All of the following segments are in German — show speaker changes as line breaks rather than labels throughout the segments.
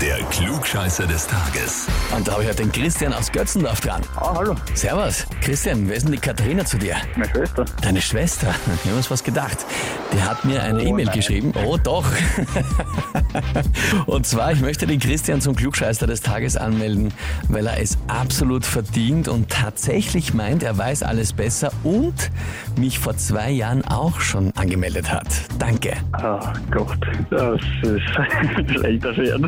Der Klugscheißer des Tages.
Und da habe ich heute den Christian aus Götzendorf dran.
Ah, hallo,
Servus. Christian, wer ist denn die Katharina zu dir?
meine Schwester.
Deine Schwester. Wir haben uns was gedacht. Die hat mir eine
Oh
E-Mail
nein.
geschrieben. Oh doch. Und zwar, ich möchte den Christian zum Klugscheißer des Tages anmelden, weil er es absolut verdient und tatsächlich meint, er weiß alles besser und mich vor zwei Jahren auch schon angemeldet hat. Danke.
Ah, Gott, das ist schlechter Scherz.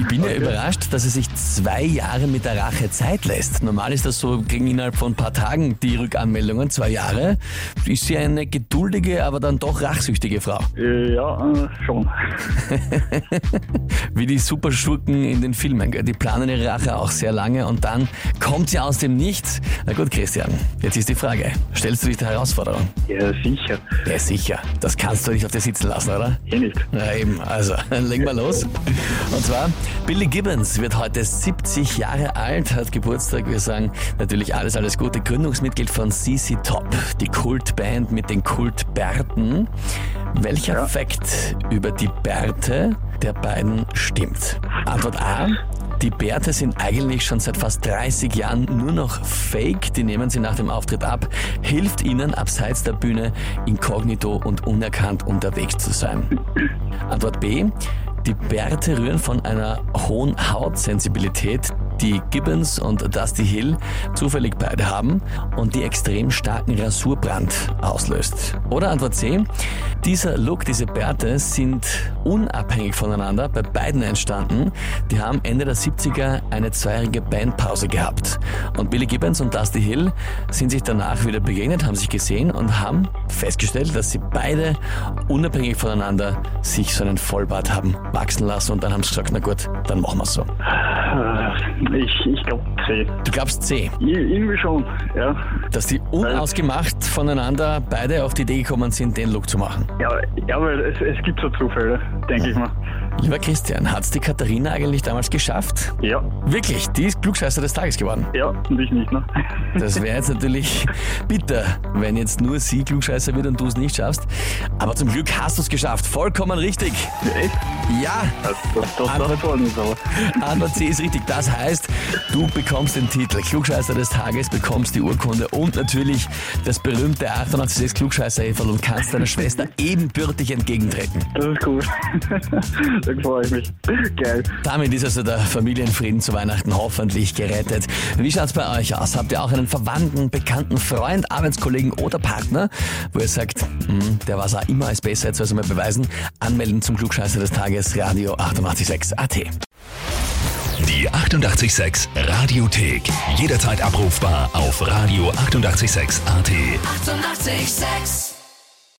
Ich bin ja überrascht, dass er sich zwei Jahre mit der Rache Zeit lässt. Normal ist das so, kriegen innerhalb von ein paar Tagen die Rückanmeldungen, zwei Jahre. Ist sie eine geduldige, aber dann doch rachsüchtige Frau.
ja, äh, schon.
Wie die Superschurken in den Filmen. gell? Die planen ihre Rache auch sehr lange und dann kommt sie aus dem Nichts. Na gut, Christian, jetzt ist die Frage. Stellst du dich der Herausforderung?
Ja, sicher.
Ja, sicher. Das kannst du nicht auf dir sitzen lassen, oder?
Eh nicht.
Na eben, also, dann legen wir los. Und zwar, Billy Gibbons wird heute 70 Jahre alt, hat Geburtstag. Wir sagen natürlich alles, alles Gute. Gründungsmitglied von CC Top, die Kultband mit den Kultbärten. Welcher
Ja.
Fakt über die Bärte der beiden stimmt? Antwort A. Die Bärte sind eigentlich schon seit fast 30 Jahren nur noch fake. Die nehmen sie nach dem Auftritt ab. Hilft ihnen, abseits der Bühne inkognito und unerkannt unterwegs zu sein. Antwort B. Die Bärte rühren von einer hohen Hautsensibilität, die Gibbons und Dusty Hill zufällig beide haben und die extrem starken Rasurbrand auslöst. Oder Antwort C. Dieser Look, diese Bärte sind unabhängig voneinander bei beiden entstanden. Die haben Ende der 70er eine zweijährige Bandpause gehabt. Und Billy Gibbons und Dusty Hill sind sich danach wieder begegnet, haben sich gesehen und haben festgestellt, dass sie beide unabhängig voneinander sich so einen Vollbart haben wachsen lassen und dann haben sie gesagt, na gut, dann machen wir's so.
Äh, ich ich glaube, C.
Du glaubst C,
I- Irgendwie schon, ja.
dass die unausgemacht voneinander beide auf die Idee gekommen sind, den Look zu machen.
Ja, ja weil es, es gibt so Zufälle, denke ich mal.
Lieber Christian, hat's die Katharina eigentlich damals geschafft?
Ja,
Wirklich, die ist Klugscheißer des Tages geworden.
ja, und ich nicht, ne?
Das wäre jetzt natürlich bitter, wenn jetzt nur sie Klugscheißer wird und du es nicht schaffst. Aber zum Glück hast du es geschafft. Vollkommen richtig.
Echt?
Ja,
Das, das, das, das war nicht so.
Antwort C ist richtig. Das heißt, du bekommst den Titel Klugscheißer des Tages, bekommst die Urkunde und natürlich das berühmte 886 klugscheißer -Häferl und kannst deiner Schwester ebenbürtig entgegentreten.
Das ist cool. da freue ich mich. Geil.
Damit ist also der Familienfrieden zu Weihnachten hoffentlich gerettet. Wie schaut's bei euch aus? Habt ihr auch einen Verwandten, Bekannten, Freund, Arbeitskollegen oder Partner, wo ihr sagt, hm, der war's auch immer als besser, jetzt soll mal beweisen? Anmelden zum Klugscheißer des Tages, Radio 886 AT.
Die 88,6 Radiothek. Jederzeit abrufbar auf radio886.at. 88,6.
Eighty-eight, sex.